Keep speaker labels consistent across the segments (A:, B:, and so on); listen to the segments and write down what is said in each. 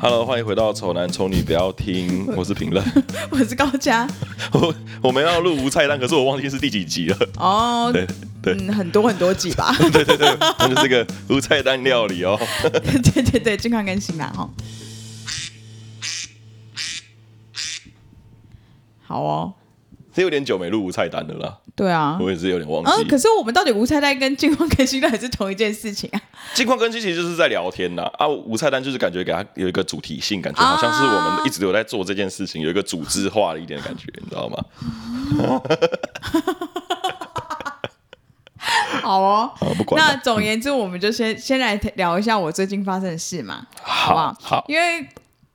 A: Hello，欢迎回到《丑男丑女》，不要 听，我是评论。
B: 我是高佳。
A: 我我们要录无菜单，可是我忘记是第几集了。
B: 哦，
A: 对对
B: 嗯，很多很多集吧。
A: 对对对，那就是 个无菜单料理哦。
B: 对对对，健康更新啦，哈。好哦，
A: 这有点久没录无菜单了啦，
B: 对啊。
A: 我也是有点忘
B: 嗯，可
A: 记。
B: 是我们到底无菜单跟健康更新的还是同一件事情啊？
A: 近况更新其实就是在聊天呐啊，无菜单就是感觉给它有一个主题性，感觉好
B: 啊
A: 像是我们一直有在做这件事情，有一个组织化的一点的感觉，你知道吗？
B: 好哦，
A: 啊，不管
B: 那
A: 了，
B: 总言之，我们就先先来聊一下我最近发生的事嘛，好不
A: 好
B: 好？
A: 好，
B: 因为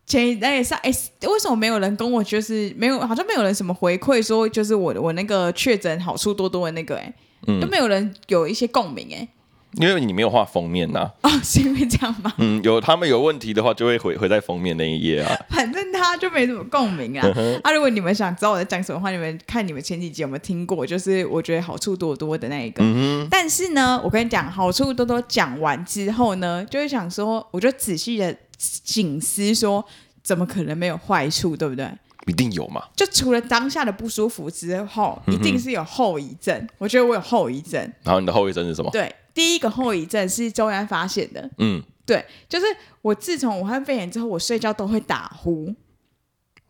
B: 前一哎上哎，为什么没有人跟我就是没有，好像没有人什么回馈说就是我我那个确诊好处多多的那个哎、都没有人有一些共鸣哎、
A: 因为你没有画封面呐、
B: 哦，是因为这样吗？
A: 嗯，有他们有问题的话，就会回回在封面那一页啊。
B: 反正他就没什么共鸣啊。啊，如果你们想知道我在讲什么的话，你们看你们前几集有没有听过？就是我觉得好处多多的那一个。但是呢，我跟你讲，好处多多讲完之后呢，就会想说，我就仔细的醒思说，怎么可能没有坏处，对不对？
A: 一定有嘛？
B: 就除了当下的不舒服之后，
A: 嗯
B: 一定是有后遗症。我觉得我有后遗症。
A: 然后你的后遗症是什么？
B: 对，第一个后遗症是周安发现的。
A: 嗯，
B: 对，就是我自从武汉肺炎之后，我睡觉都会打呼。
A: 嗯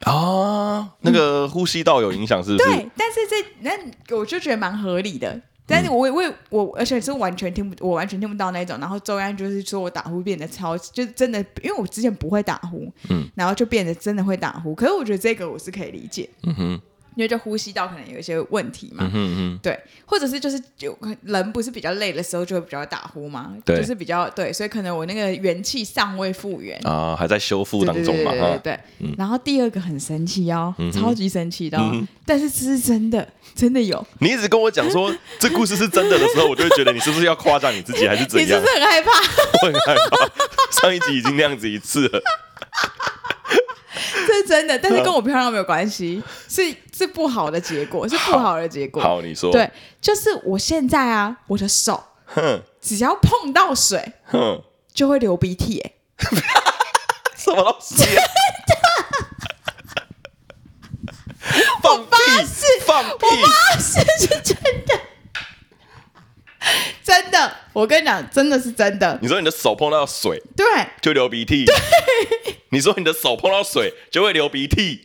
A: 啊，那个呼吸道有影响是不是？
B: 嗯对，但是这那我就觉得蛮合理的。但是
A: 嗯
B: 我也我也我，而且是完全听不，我完全听不到那种。然后周安就是说我打呼变得超，就是真的，因为我之前不会打呼，
A: 嗯，
B: 然后就变得真的会打呼。可是我觉得这个我是可以理解，
A: 嗯哼，
B: 因为就呼吸道可能有一些问题嘛，
A: 嗯哼嗯
B: 对，或者是就是有人不是比较累的时候就会比较打呼嘛，
A: 对
B: 就是比较对，所以可能我那个元气尚未复原，
A: 哼，啊，还在修复当中嘛，
B: 对对对对
A: 哈，嗯
B: 对然后第二个很神奇哦，
A: 嗯哼
B: 超级神奇的、哦
A: 嗯哼
B: 但是这是真的，真的有。
A: 你一直跟我讲说这故事是真的的时候，我就会觉得你是不是要夸张你自己，还是怎
B: 你是
A: 样
B: 不？是很害怕？
A: 我很害怕，上一集已经那样子一次 了，
B: 这是真的，但
A: 嗯
B: 是跟我漂亮没有关系，是是不好的结果，是不好的结果。
A: 好，你说，
B: 对，就是我现在啊，我的手
A: 哼
B: 只要碰到水
A: 哼，
B: 就会流鼻涕、欸，
A: 什么东西 啊？放屁！放屁！
B: 啊，是是真的， 真的，我跟你讲，真的是真的，
A: 你说你的手碰到水
B: 对。
A: 就流鼻涕，你说你的手碰到水就会流鼻涕，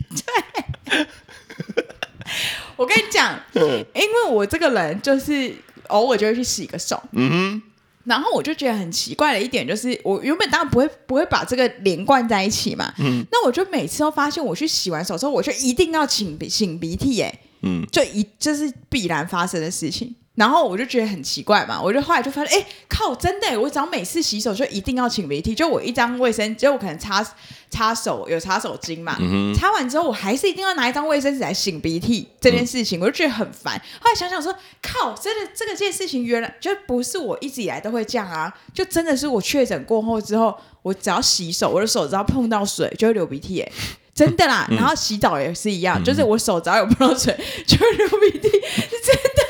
B: 我跟你讲，
A: 嗯
B: 因为我这个人就是偶尔就会去洗个手，嗯然后我就觉得很奇怪的一点就是，我原本当然不会不会把这个连贯在一起嘛，嗯，那我就每次都发现我去洗完手之后，我就一定要擤鼻擤鼻涕、耶，
A: 嗯，
B: 就一这、是必然发生的事情。然后我就觉得很奇怪嘛，我就后来就发现，哎、靠，真的耶，我只要每次洗手就一定要擤鼻涕，就我一张卫生，就我可能擦擦手有擦手巾嘛，擦完之后我还是一定要拿一张卫生纸来擤鼻涕这件事情，我就觉得很烦。后来想想说，靠，真的这个件事情原来就不是我一直以来都会这样啊，就真的是我确诊过后之后，我只要洗手，我的手只要碰到水就会流鼻涕、欸，真的啦。
A: 嗯
B: 然后洗澡也是一样，就是我手只要有碰到水 就会流鼻涕，是真的。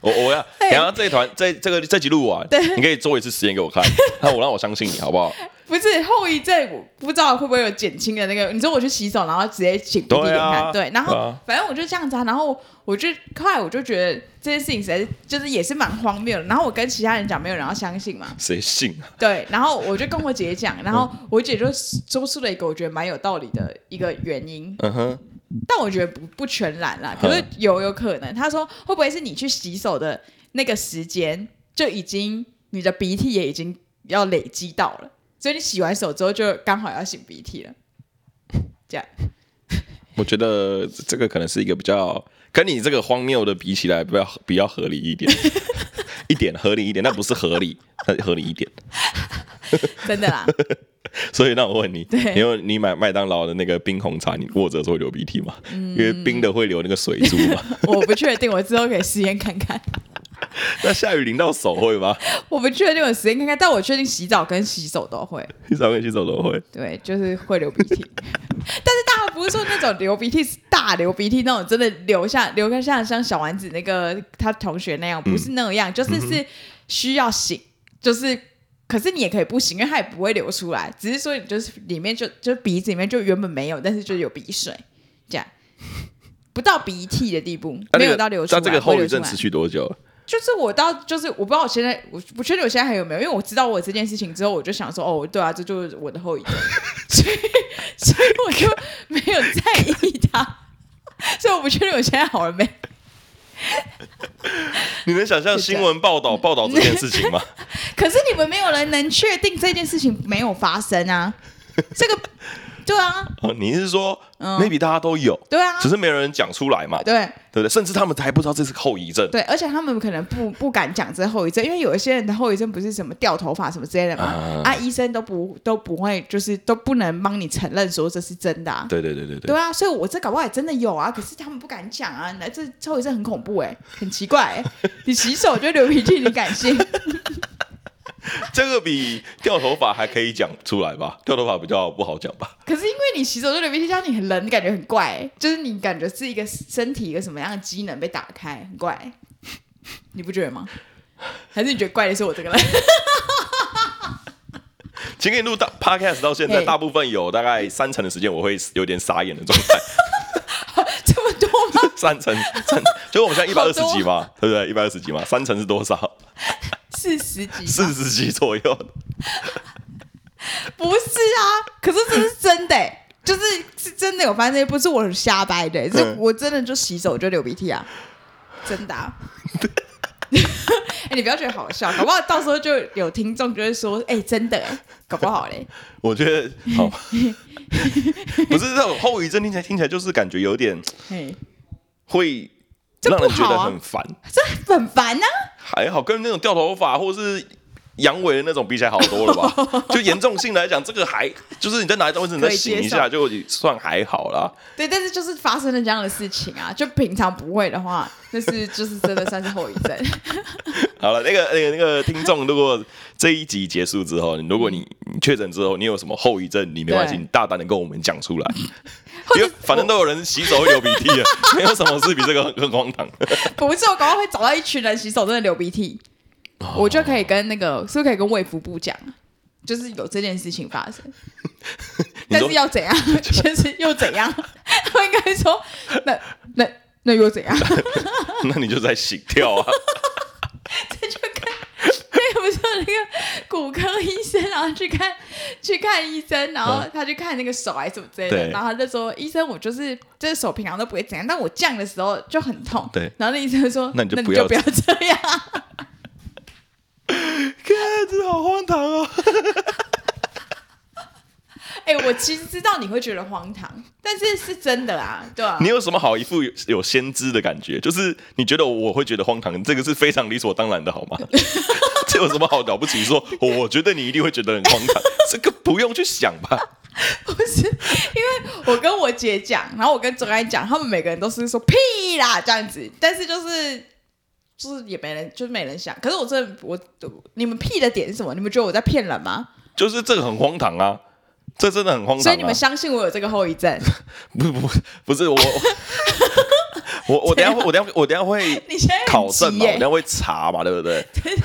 A: 我我 要等
B: 哎
A: 一下这一团这这个这集录完，你可以做一次实验给我 看，那我让我相信你好不好？
B: 不是后遗症，我不知道会不会有减轻的那个。你说我去洗手，然后直接擤鼻涕
A: 对
B: 给
A: 啊
B: 看，对，然后、
A: 对啊
B: 反正我就这样子啊，然后我就后来我就觉得这件事情实在是就是也是蛮荒谬的。然后我跟其他人讲，没有人要相信嘛，
A: 谁信啊？
B: 对，然后我就跟我姐讲，然后我姐就说出了一个我觉得蛮有道理的一个原因，
A: 嗯哼，
B: 但我觉得不不全然啦，可是有有可能。她说会不会是你去洗手的那个时间就已经你的鼻涕也已经要累积到了，所以你洗完手之后就刚好要擤鼻涕了。这样
A: 我觉得这个可能是一个比较跟你这个荒谬的比起来，比较比较合理一 点，一点合理一点，但不是合理，但合理一点。
B: 真的啦，
A: 所以让我问你，
B: 对
A: 你有你买麦当劳的那个冰红茶，你握着的时候会流鼻涕吗？因
B: 嗯
A: 为冰的会流那个水珠 嘛。
B: 我不确定，我之后可以实验看看。
A: 那下雨淋到手会吗？
B: 我不确定，我实验看看，但我确定洗澡跟洗手都会。
A: 你上面去手都会。
B: 对，就是会流鼻涕， 但是大家不是说那种流鼻涕是大流鼻涕那种，真的流下流个像像小丸子那个他同学那样，不是那样，就是是需要醒，就是可是你也可以不行，因为它也不会流出来，只是说你就是里面就就鼻子里面就原本没有，但是就有鼻水，这样不到鼻涕的地步，
A: 那
B: 没
A: 这
B: 有
A: 个
B: 到流出
A: 那
B: 来。
A: 这个后
B: 不会
A: 遗
B: 流出
A: 症
B: 来
A: 持续多久？
B: 就是我到就是我不知道我现在我不确定我现在还有没有，因为我知道我这件事情之后，我就想说哦，对啊，这就是我的后遗症，所以所以我就没有在意它，所以我不确定我现在好了没。
A: 你能想象
B: 是这
A: 新
B: 样
A: 闻报道报道这件事情吗？
B: 可是你们没有人能确定这件事情没有发生啊，这个对啊
A: 哦你是说
B: 嗯
A: maybe 大家都有，
B: 对啊
A: 只是没有人讲出来嘛，
B: 对
A: 对不对？甚至他们还不知道这是后遗症。
B: 对，而且他们可能不不敢讲这后遗症，因为有一些人的后遗症不是什么掉头发什么之类的嘛，
A: 啊
B: 啊医生都不都不会就是都不能帮你承认说这是真的、啊。
A: 对对对对对
B: 对，啊，所以我这搞不好也真的有啊，可是他们不敢讲啊。那这臭医生很恐怖哎、很奇怪哎、你洗手就流鼻涕，你敢信？啊
A: 这个比掉头发还可以讲出来吧？掉头发比较不好讲吧？
B: 可是因为你洗手就流鼻涕，这样你很冷，你感觉很怪、欸，就是你感觉是一个身体一个什么样的机能被打开，很怪欸、你不觉得吗？还是你觉得怪的是我这个人？
A: 请给你录到 podcast 到现在，
B: 嘿
A: 大部分有大概三成的时间我会有点傻眼的状态，
B: 这么多吗？
A: 三成三，就我们现在一百二
B: 好
A: 十
B: 多哦
A: 集嘛，对不对？一百二十集嘛，三成是多少？
B: 四十几？
A: 四十集左右。
B: 不是啊， 可是这是真的、欸，就是是真的有发生这些，不是我瞎掰的欸、是
A: 嗯
B: 我真的就洗手就流鼻涕啊，真的、啊。 哎、你不要觉得好笑，搞不好到时候就有听众就会说，哎、真的、欸，搞不好嘞，
A: 我觉得 好，不是这种后遗症，听起来听起来就是感觉有点
B: 嘿，
A: 会
B: 这
A: 让
B: 不
A: 人觉
B: 好
A: 得
B: 啊
A: 很烦。
B: 这很烦啊。
A: 还好跟那种掉头发或是阳痿的那种比起来好多了 吧？就严重性来讲，这个还就是你在拿一张卫生纸再醒一下，就算还好 啦。
B: 对，但是就是发生了这样的事情啊，就平常不会的话，那是就是真的算是后遗症。
A: 好了，那个那个那个听众，如果这一集结束之后，你如果你你确诊之后，你有什么后遗症，你没关系，
B: 对
A: 你大胆的跟我们讲出 来，
B: 或
A: 因
B: 者
A: 为反正都有人洗手会流鼻涕 了，没有什么事比这个更更荒唐的。
B: 不是我搞不好会找到一群人洗手真的流鼻涕，我就可以跟那个是不是可以跟卫福部讲，就是有这件事情发生，
A: 你
B: 但
A: 说
B: 是要怎样，就是又怎样，他应该说那那那 又怎样，
A: 那你就在醒跳啊。
B: 这就跟那个不是有那个骨科医生，然后去看去看医生，然后他去看那个手还是什么之类的，
A: 嗯对
B: 然后他就说医生，我就是这手平常都不会怎样，但我降的时候就很痛。
A: 对
B: 然后那医生就说，
A: 那
B: 那
A: 你就不
B: 不
A: 要
B: 要这样。
A: 看，真的好荒唐哦！
B: 哎、我其实知道你会觉得荒唐，但是是真的啦，对啊
A: 你。有什么好一副有有先知的感觉？就是你觉得我会觉得荒唐，这个是非常理所当然的，好吗？ 这有什么好了不起？说我觉得你一定会觉得很荒唐，这个不用去想吧？
B: 不是，因为我跟我姐讲，然后我跟周安讲，他们每个人都是说屁啦这样子，但是就是就是也没人，就是没人想。可是我真的我你们屁的点是什么？你们觉得我在骗人吗？
A: 就是这个很荒唐啊，这真的很荒
B: 所
A: 唐
B: 以你
A: 啊
B: 们！相信我有这个后遗症？
A: 不不不是我，我我等一下会我等一下我等一下会
B: 你现在很
A: 考证啊
B: 急
A: 嘛，我等
B: 耶、
A: 一下会查嘛，对不对？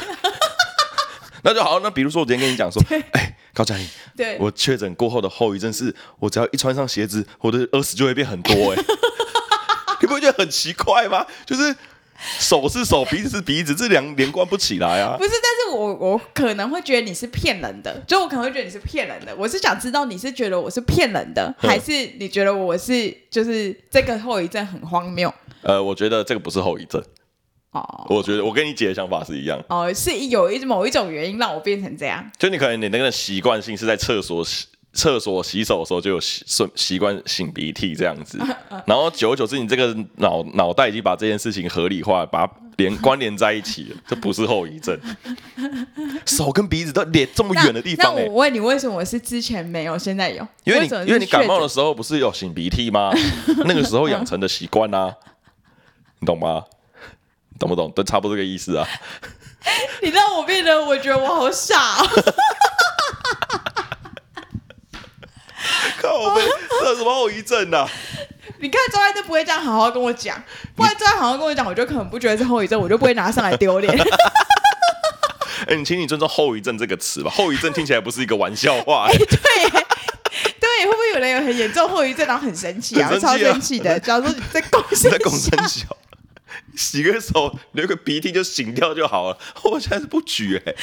A: 那就好，那比如说我今天跟你讲说，哎，高佳颖，
B: 对，
A: 我确诊过后的后遗症是，我只要一穿上鞋子，我的耳屎就会变很多、哎， 你不会觉得很奇怪吗？就是手是手，鼻子是鼻子，这两连贯不起来啊
B: 不。是，但是我我可能会觉得你是骗人的，就我可能会觉得你是骗人的。我是想知道你是觉得我是骗人的，
A: 嗯
B: 还是你觉得我是就是这个后遗症很荒谬
A: 呃，我觉得这个不是后遗症，
B: 哦
A: 我觉得我跟你姐的想法是一样，
B: 哦，是有一某一种原因让我变成这样。
A: 就你可能你那个习惯性是在厕所洗。厕所洗手的时候就有习顺习惯擤鼻涕这样子，然后久而久之，你这个脑脑袋已经把这件事情合理化，把它连关联在一起了，这不是后遗症。手跟鼻子都连这么
B: 那
A: 远的地方、
B: 那
A: 欸，
B: 我问你，为什么我是之前没有，现在有？
A: 因为你
B: 什么是
A: 因为你感冒
B: 确
A: 的时候不是有擤鼻涕 吗？那个时候养成的习惯啊，你懂吗？你懂不懂？都差不多这个意思啊。
B: 诊，你让我变得我觉得我好傻、哦。
A: 靠我们这有什么后遗症啊？
B: 你看周安都不会这样好好跟我讲，不然周安好好跟我讲，我就可能不觉得是后遗症，我就不会拿上来丢脸。
A: 哎、你请你尊重“后遗症”这个词吧，“后遗症”听起来不是一个玩笑话、哎
B: 对。对，会不会有人有很严重后遗症，然后很生气啊，
A: 很生
B: 超
A: 气啊
B: 生气的？假如说你在共 生
A: 你在拱
B: 笑
A: 三小，洗个手流个鼻涕就醒掉就好了。我现在是不举哎、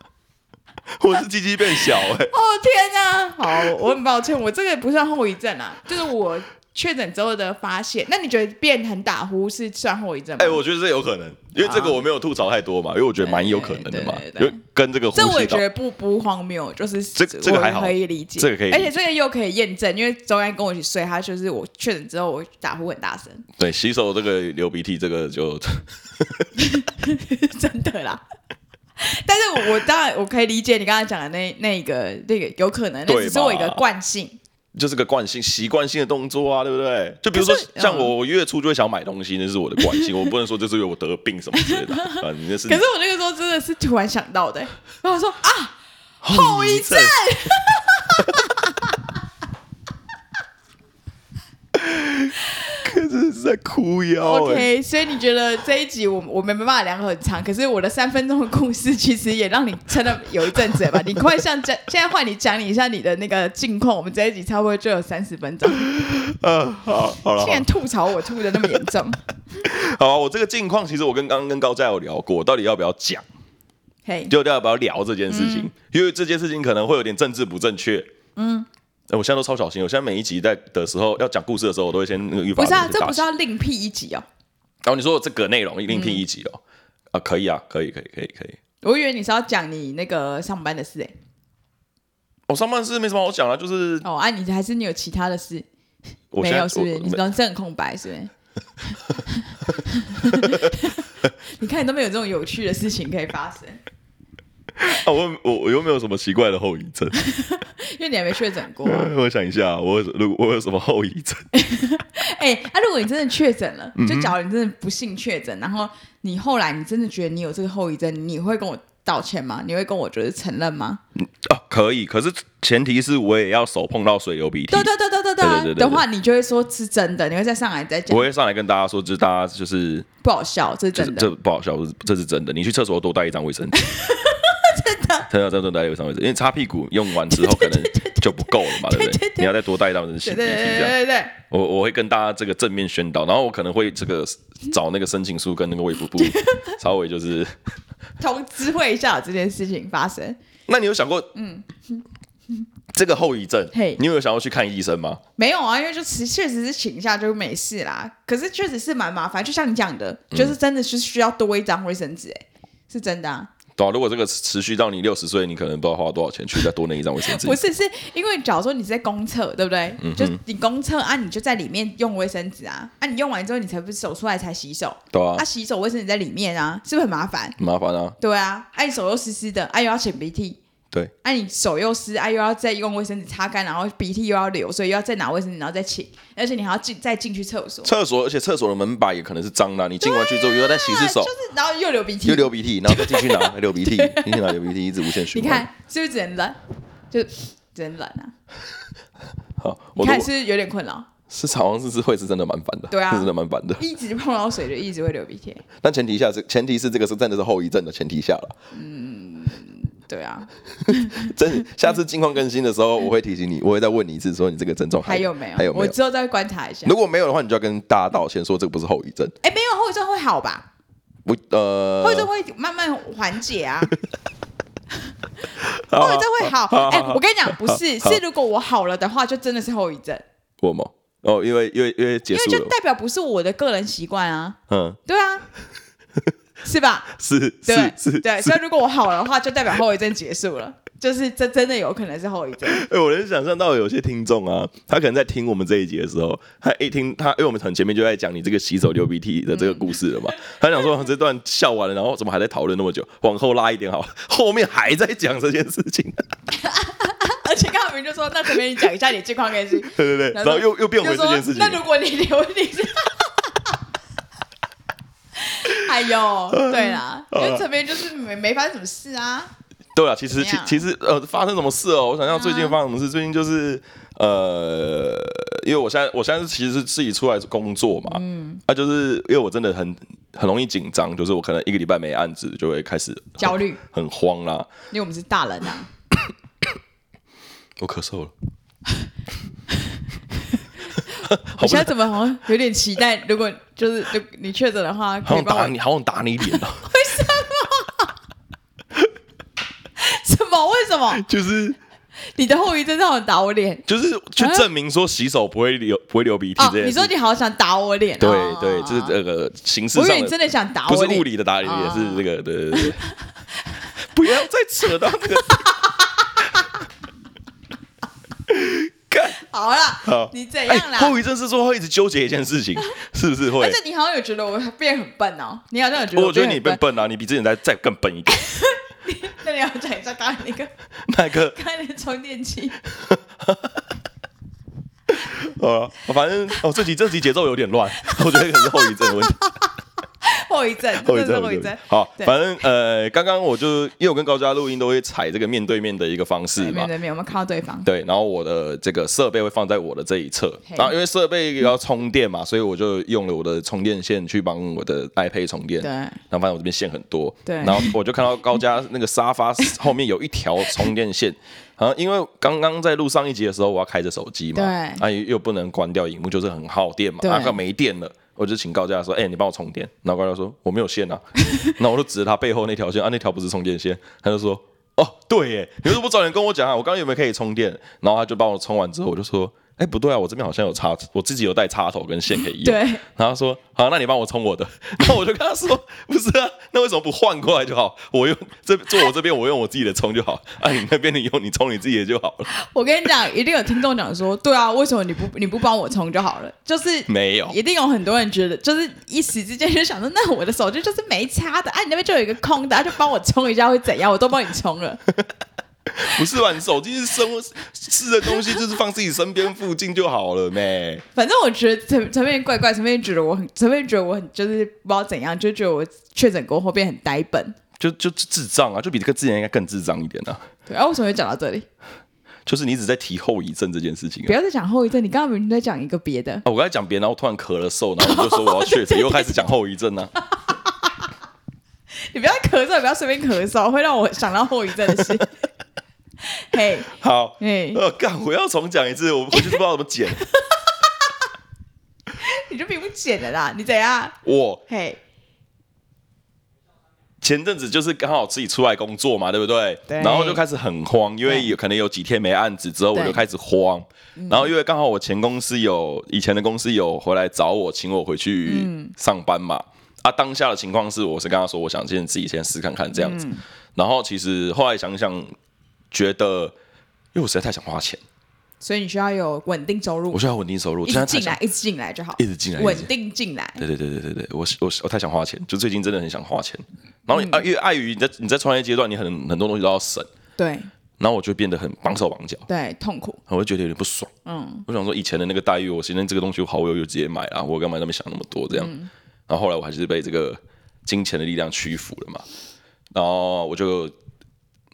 A: 我是鸡鸡变小哎、
B: 哦天哪、好，我很抱歉，我这个不算后遗症啊，就是我确诊之后的发现。那你觉得变很打呼是算后遗症吗？
A: 哎、我觉得这有可能，因为这个我没有吐槽太多嘛，因为我觉得蛮有可能的嘛
B: 对，对
A: 因
B: 对
A: 为跟这个呼
B: 这我也
A: 吸道
B: 觉得不不荒谬，就是
A: 这这个
B: 我
A: 还好
B: 可以理解，
A: 这个可以理
B: 而
A: 解
B: 且这个又可以验证，因为周安跟我一起睡，他就是我确诊之后我打呼很大声，
A: 对洗手这个流鼻涕这个就
B: 真的啦。 但是我我当然我可以理解你刚才讲的那那个那个有可能，那
A: 对
B: 只是我一个
A: 嘛
B: 惯性。
A: 就是个惯性习惯性的动作啊，对不对？就比如说
B: 可是
A: 像
B: 嗯
A: 我，我月初就会想买东西，那是我的惯性，我不能说就是因为我得病什么之类的。啊，你那是
B: 可是我那个时候真的是突然想到的、欸然后我说啊，
A: 后遗症。可是是在哭腰哎、
B: OK，所以你觉得这一集我我没办法聊很长，可是我的三分钟的故事其实也让你撑了有一阵子了吧？你快像 讲，现在换你讲你一下你的那个近况，我们这一集差不多就有三十分钟，
A: 嗯，好，好了，好
B: 竟然
A: 了
B: 吐槽我吐的那么严 重。
A: 好啊我这个近况，其实我跟刚刚跟高嘉有聊过，到底要不要讲，
B: 嘿，
A: 就要不要聊这件事情，因为这件事情可能会有点政治不正确。嗯，我现在都超小心，我现在每一集在的时候要讲故事的时候，我都会先那个预防
B: 不是啊，
A: 针
B: 这
A: 打
B: 不是
A: 起
B: 要另辟一集哦。
A: 然后你说我这个内容另辟一集哦，啊，可以啊，可以，可以，可以，可以。
B: 我以为你是要讲你那个上班的事哎、
A: 我上半世没什么好讲啊，就是
B: 哦，啊，你还是你有其他的事
A: 我
B: 没
A: 现在
B: 有？是
A: 我
B: 不是？你
A: 没
B: 人生很空白是 不是？ 你看你都没有这种有趣的事情可以发生，
A: 啊，我我我又没有什么奇怪的后遗 症。
B: 因为你还没确诊过啊、
A: 我想一下，我如我有什么后遗症？
B: 哎、啊，如果你真的确诊了，
A: 嗯
B: 就假如你真的不幸确诊，然后你后来你真的觉得你有这个后遗症，你会跟我道歉吗？你会跟我就是承认吗？
A: 啊，可以，可是前提是我也要手碰到水流鼻涕
B: 对。对对对对对
A: 对
B: 啊
A: 对对对！对
B: 的话，你就会说是真的，你会再上来再讲
A: 我，会上来跟大家说，就是大家就是
B: 不好笑，这是
A: 就是
B: 真的。
A: 这不好笑，这是这是真的。你去厕所多带一张卫生纸， 真的，真的，真的带一张卫生纸，因为擦屁股用完之后可能就不够了嘛，对不
B: 对
A: 对
B: 对？
A: 你要再多带一张卫生纸
B: 对
A: 擤
B: 对
A: 鼻涕
B: 对
A: 这样。
B: 对对对，
A: 我我会跟大家这个正面宣导，然后我可能会这个找那个申请书跟那个卫福 部稍微就是。
B: 通知会一下有这件事情发生。
A: 那你有想过，嗯， 这个后遗症
B: 嘿，
A: 你有想要去看医生吗？
B: 没有啊，因为就其确实是请一下就没事啦。可是确实是蛮麻烦，就像你讲的，
A: 嗯
B: 就是真的是需要多一张卫生纸，哎，是真的啊。
A: 对啊，如果这个持续到你六十岁，你可能不知道花多少钱去再多那一张卫生纸
B: 不。是，是因为假如说你是在公厕，对不对？
A: 嗯
B: 就你公厕啊，你就在里面用卫生纸啊，啊，你用完之后你才不是手出来才洗手，
A: 对啊
B: 啊，，洗手卫生纸在里面啊，是不是很麻烦？
A: 很麻烦啊。
B: 对啊，哎、你手又湿湿的，哎、又要擤鼻涕，
A: 对，
B: 哎、你手又湿，哎、又要再用卫生纸擦干，然后鼻涕又要流，所以又要再拿卫生纸，然后再擤，而且你还要进再进去厕所，
A: 厕所，而且厕所的门把也可能是脏的啊，你进完去之后又要再洗一次手
B: 啊就，是然后又流鼻涕
A: 又，流鼻涕，然后再进去拿 流 鼻涕，进去拿流鼻涕，一直无限
B: 你
A: 循环
B: 看。是不是只能忍？就只能忍啊！
A: 好，
B: 你
A: 我都
B: 看是不是有点困扰？
A: 是好像是会是真的蛮烦的，
B: 对啊
A: 是真的蛮烦的。
B: 一直碰到水就一直会流鼻涕，
A: 但前提下是前提是这个是真的是后遗症的前提下了。
B: 对啊。
A: 真下次近况更新的时候，我会提醒你，我会再问你一次，说你这个症状
B: 还有没有？
A: 还有没
B: 我
A: 有？
B: 之后再观察一下
A: 如。果没有的话，你就要跟大家道歉，说这个不是后遗症。
B: 哎，没有后遗症会好吧？
A: 不，呃，
B: 后遗症会慢慢缓解 啊，
A: 好
B: 后遗症会好。哎，我跟你讲，不是，
A: 好
B: 是如果我好了的话，就真的是后遗症，
A: 我吗？哦，因为因为因为结
B: 因为
A: 束
B: 就
A: 了，
B: 代表不是我的个人习惯啊，
A: 嗯，
B: 对啊，是吧？
A: 是是
B: 对不对
A: 是，
B: 对，啊所以如果我好了的话，就代表后遗症结束了，就是这真的有可能是后遗症。
A: 哎、我能想象到有些听众啊，他可能在听我们这一集的时候，他一听他，因为我们很前面就在讲你这个洗手流鼻涕的这个故事了 嘛，他想说哦这段笑完了，然后怎么还在讨论那么久？往后拉一点好了，后面还在讲这件事情，
B: 而且刚好明就说，那这边你讲一下你的近况更新，
A: 对对对，然后
B: 说
A: 又又变回
B: 就
A: 这
B: 说
A: 件事情
B: 那。如果你流你是，哎呦，对啦，因为这边就是没没发生什么事啊。
A: 对啊，其实
B: 怎
A: 其
B: 么样嗯
A: 其实呃，发生什么事哦？我想想最近发生什么事？最近就是呃，因为我现在我现在是其实是自己出来工作嘛，嗯，啊，就是因为我真的很很容易紧张，就是我可能一个礼拜没案子就会开始
B: 焦虑，
A: 很慌啦。
B: 因为我们是大人啊。
A: 我咳 嗽了，好
B: 我
A: 不
B: 现在
A: 想
B: 怎么好像有点期待？如果就是就你确诊的话，
A: 好
B: 可
A: 想
B: 以帮我
A: 打你，好想打你脸 啊！
B: 什么？为什么？
A: 就是
B: 你的后遗症让我打我脸
A: 就是去
B: 啊
A: 证明说洗手不会流不会流鼻涕
B: 哦
A: 这！件
B: 你
A: 事。
B: 说你好想打我脸？
A: 对
B: 哦
A: 对，这是这个形式
B: 我以为
A: 上
B: 你真的想打
A: 不
B: 啊我
A: 是
B: 脸，
A: 物理的打脸，也
B: 哦
A: 是这个对对对。对 不要再扯到 这个。干
B: 好了
A: 好，
B: 你怎
A: 哎
B: 样啦？
A: 后遗症是说会一直纠结一件事情， 是不是会
B: 而？且你好像有觉得我变很笨哦，你好像有觉得
A: 我觉得你
B: 变
A: 变
B: 很笨，
A: 笨啊，你比之前再再更笨一点。
B: 那你要讲一下刚才那个
A: 那个
B: 刚才那个充 电器，
A: 呃，反正哦，这集这集节奏有点乱，我觉得可能是后遗症的问 题。
B: 后遗症，
A: 后遗
B: 真
A: 症，
B: 的是后遗症。
A: 好，
B: 对
A: 反正呃，刚刚我就因为我跟高嘉录音都会采这个面对面的一个方式
B: 对
A: 嘛
B: 面，对面，我们看到对方。
A: 对，然后我的这个设备会放在我的这一侧
B: 嘿，
A: 然后因为设备要充电嘛，所以我就用了我的充电线去帮我的 iPad 充电。
B: 对
A: 然后发现我这边线很多，
B: 对
A: 然后我就看到高家那个沙发后面有一条充电线，然后因为刚刚在录上一集的时候，我要开着手机嘛，
B: 对
A: 啊又又不能关掉荧幕，就是很耗电嘛，
B: 对
A: 啊快没电了。我就请高家说：“哎、你帮我充电。”然后高家说：“我没有线啊。”然后我就指着他背后那条线，啊，那条不是充电线。他就说：“哦，对耶，你为什么不早点跟我讲啊？我刚刚有没有可以充电？”然后他就帮我充完之后，我就说：“哎、不对啊，我这边好像有插，我自己有带插头跟线可以用。”
B: 对，
A: 然后他说：“好，那你帮我充我的。”然后我就跟他说：“不是啊，那为什么不换过来就好？我用这坐我这边，我用我自己的充就好。啊，你那边你用你充你自己的就好了。
B: 我跟你讲， 一定有听众讲说，对啊，为什么你不你不帮我充就好了？就是”
A: 没有，
B: 一定有很多人觉得，就是一时之间就想说，那我的手机就是没插的，啊，你那边就有一个空的，啊，就帮我充一下会怎样？我都帮你 充了，
A: 不是吧？你手机是生活是的东西，就是放自己身边附近就好了咩？
B: 反正我觉得陈陈面怪怪，陈面觉得我很，陈面觉得我很就是不知道怎样，就觉得我确诊过后变很呆笨。
A: 就就智障啊，就比这个之前应该更智障一点啊。
B: 对，啊，为什么会讲到这里？
A: 就是你一直在提后遗症这件事情、
B: 不
A: 啊。
B: 要再讲后遗症，你刚刚明明在讲一个别的。
A: 啊我刚才讲别人，然后突然咳了嗽，然后我就说我要 确诊，又开始讲后遗症呢、啊。
B: 你不要咳嗽，不要随便咳嗽，会让我想到后遗症的事。 嘿，
A: 好，
B: 嘿，
A: 呃，干，我要重讲一次，我回去都不知道怎么剪。
B: 你就别不剪了啦，你怎样？
A: 我
B: 嘿，
A: 前阵子就是刚好自己出来工作嘛，对不对？
B: 对
A: 然后就开始很慌，因为
B: 对
A: 有可能有几天没案子之后，
B: 对
A: 我就开始慌。然后因为刚好我前公司有以前的公司有回来找我，请我回去上班嘛。啊，当下的情况是，我是跟他说，我想先自己先试看看这样子。然后其实后来想想，觉得因为我实在太想花钱，
B: 所以你需要有稳定收入
A: 我，需要稳定收入，
B: 一
A: 现在
B: 直
A: 太想
B: 进来，一直进来就好，
A: 一直进来，一直
B: 稳
A: 进来
B: 定进来。
A: 对对对对对对，我我我太想花钱，就最近真的很想花钱。然后你、啊，因为碍于你在你在创业阶段，你很很多东西都要省，
B: 对
A: 然后我就变得很绑手绑脚，
B: 对，痛苦。
A: 我就觉得有点不爽。
B: 嗯，
A: 我想说以前的那个待遇，我现在这个东西我好，我有就直接买啊，我干嘛那么想那么多这样？然后后来我还是被这个金钱的力量屈服了嘛。然后我就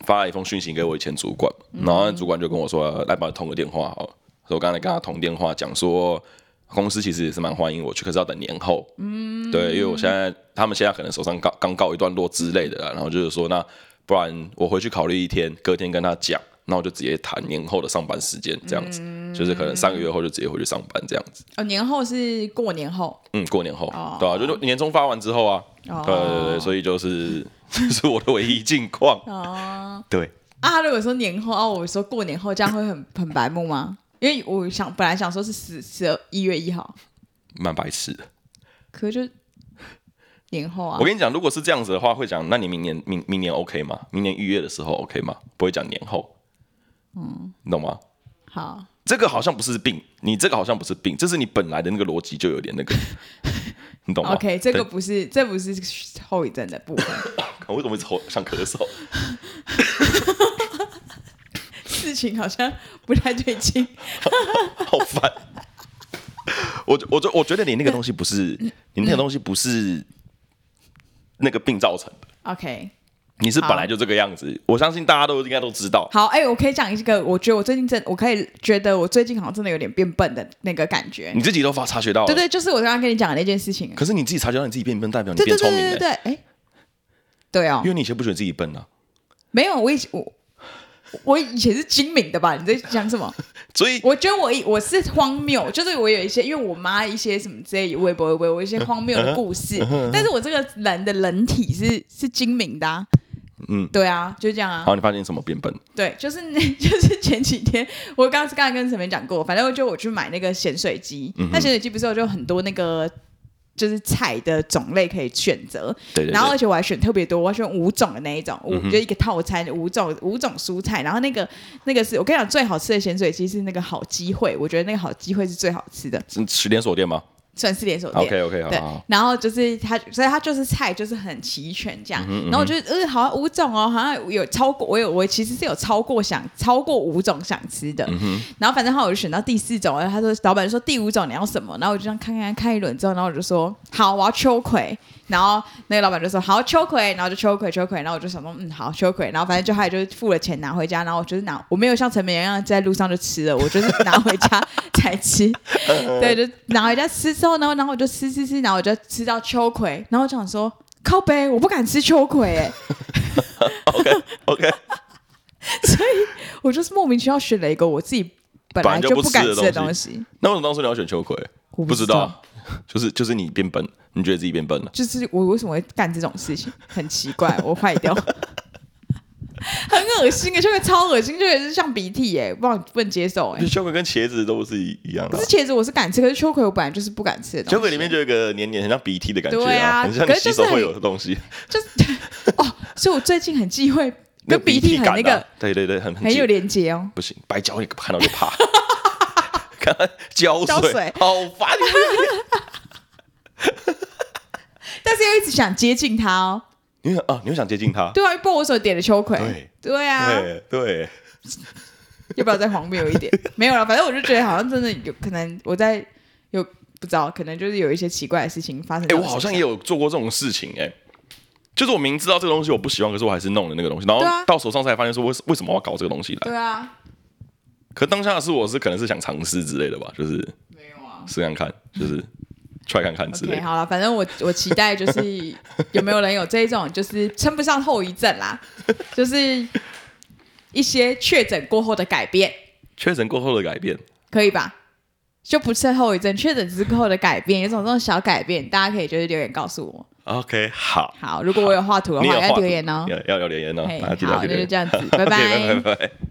A: 发了一封讯息给我以前主管，然后那主管就跟我说：“啊来帮我通个电话好了。”所以我刚才跟他通电话讲说，公司其实也是蛮欢迎我去，可是要等年后。嗯，对，因为我现在他们现在可能手上刚刚告一段落之类的啦，然后就是说，那不然我回去考虑一天，隔天跟他讲，那我就直接谈年后的上班时间这样子，
B: 嗯
A: 就是可能三个月后就直接回去上班这样子。
B: 哦，年后是过年后，
A: 嗯，过年后，
B: 哦
A: 对啊，就就年终发完之后啊，
B: 哦
A: 对对对，所以就是。 这是我的唯一近况，
B: 哦
A: 对，
B: 啊！如果说年后哦，我说过年后，这样会很很白目吗？因为我想本来想说是十十一月一号，
A: 蛮白痴的。
B: 可是就年后啊
A: 我，跟你讲，如果是这样子的话，会讲，那你明年明明年 OK 吗？明年预约的时候 OK 吗？不会讲年后，嗯，你懂吗？
B: 好，
A: 这个好像不是病，你这个好像不是病，这是你本来的那个逻辑就有点 那个，你懂吗
B: OK，这个
A: 对
B: 不是，这不是后遗症的部分，
A: 看为什么一直喉想咳嗽？
B: 事情好像不太对劲。
A: 好烦。我我就我觉得你那个东西不
B: 嗯
A: 是，你那个东西不是那个病造成的，
B: OK，
A: 你是本来就这个样子，我相信大家都应该都知道。
B: 好，哎、我可以讲一个，我觉得我最近真，我可以觉得我最近好像真的有点变笨的那个感觉。
A: 你自己都发察觉到了，
B: 嗯对对，就是我刚刚跟你讲的那件事情。
A: 可是你自己察觉到你自己变笨，代表你
B: 对
A: 变
B: 对
A: 聪
B: 对
A: 明
B: 对对
A: 了、
B: 对，哎、对哦
A: 因，为你以前不觉得自己笨啊，
B: 没有，我以前我我以前是精明的吧？你在讲什么？
A: 所以
B: 我觉得我以我是荒谬，就是我有一些，因为我妈一些什么之类，微博微博，我一些荒谬的故事。但是我这个人的人体是是精明的、啊，
A: 嗯，
B: 对啊，就这样啊
A: 好，，你发现什么变笨？
B: 对，就是那 就是前几天我刚刚才跟陈明讲过，反正就我去买那个咸水鸡，
A: 嗯哼
B: 那咸水鸡不是有就很多那个。就是菜的种类可以选择，
A: 对对
B: 然后而
A: 对，
B: 且我还选特别多，我还选五种的那一种，五、
A: 嗯哼
B: 就一个套餐五种五种蔬菜，然后那个那个是我跟你讲最好吃的咸水鸡是那个好机会，我觉得那个好机会是最好吃的，
A: 是是连锁店吗
B: 算是连锁店。
A: ？OK OK，好
B: 对
A: 好好，
B: 然后就是它，所以它就是菜就是很齐全这样。
A: 嗯哼
B: 然后我觉得，呃，好像五种哦，好像有超过，我有我其实是有超过想超过五种想吃的。
A: 嗯
B: 然后反正后来我就选到第四种，然后他说老板就说第五种你要什么？然后我就这样看看看一轮之后，然后我就说好，我要秋葵。然后那个老板就说嗯好秋葵，然后就秋葵秋葵，然后我就想说嗯好秋葵，然后反正就后来就付了钱拿回家，然后我就是拿我没有像陈明一样在路上就吃了，我就是拿回家 才吃。对，就拿回家吃之后，然后然后我就吃吃吃，然后我就吃到秋葵，然后我想说靠背，我不敢吃秋葵哎、
A: OK，
B: 我就是莫名其妙选了一个我自己本
A: 本来
B: 来
A: 就
B: 就
A: 不
B: 不敢
A: 吃的
B: 吃的
A: 东
B: 东西，
A: 那为什么当初你要选秋葵？
B: 我
A: 不知
B: 知
A: 道，就是就是你变笨，你觉得自己变笨了。
B: 就是我为什么会干这种事情，很奇怪，我坏掉， 很恶心哎，这个超恶心，这个是像鼻涕耶，不能不能接受哎
A: 就。秋葵跟茄子都是一一样的
B: 可
A: 啊
B: 是。茄子我是敢吃，可是秋葵我本来就是不敢吃的东西。
A: 秋葵里面就有一个黏黏，很像鼻涕的感觉
B: 对啊
A: 很像你
B: 可是就
A: 洗手
B: 是
A: 会
B: 很
A: 有的东西，
B: 就是 哦，所以我最近很忌讳
A: 个
B: 跟鼻涕
A: 涕
B: 很
A: 感
B: 那个
A: 啊，对对对，很
B: 很有
A: 紧
B: 连接哦。
A: 不行，白胶你看到就 怕，看到胶
B: 胶
A: 水
B: 水
A: 好烦。
B: 但是又一直想接近他哦。
A: 你会啊，你会想接近他？
B: 对啊，不然我所点的秋葵，
A: 对
B: 啊，
A: 对对，
B: 要不要再荒谬一 点？没有了，反正我就觉得好像真的有可能我在有不知道，可能就是有一些奇怪的事情发生
A: 哎，
B: 在
A: 我
B: 身上。
A: 好像也有做过这种事情哎。就是我明知道这个东西我不喜欢，可是我还是弄了那个东西，然后
B: 对啊
A: 到手上才发现说为为什么我要搞这个东西来。
B: 对啊，
A: 可当下的是我是可能是想尝试之类的吧，就是
B: 没有啊。
A: 试看看，就是 try 看看之类
B: OK，
A: 的。
B: 好了，反正我我期待就是有没有人有这一种就是称不上后遗症 啦，就是一些确诊过后的改变，
A: 确诊过后的改变，
B: 可以吧？就不是后遗症，确诊之后的改变，有种这种小改变，大家可以就是留言告诉我。
A: OK，好，
B: 好，如果我有画图的
A: 你
B: 话，
A: 有
B: 要
A: 画
B: 留言哦。
A: 要要留言哦，
B: 嘿
A: 大家记得要
B: 好，
A: 留
B: 那
A: 言
B: 就 这样子，拜
A: OK，
B: 拜。
A: 拜拜。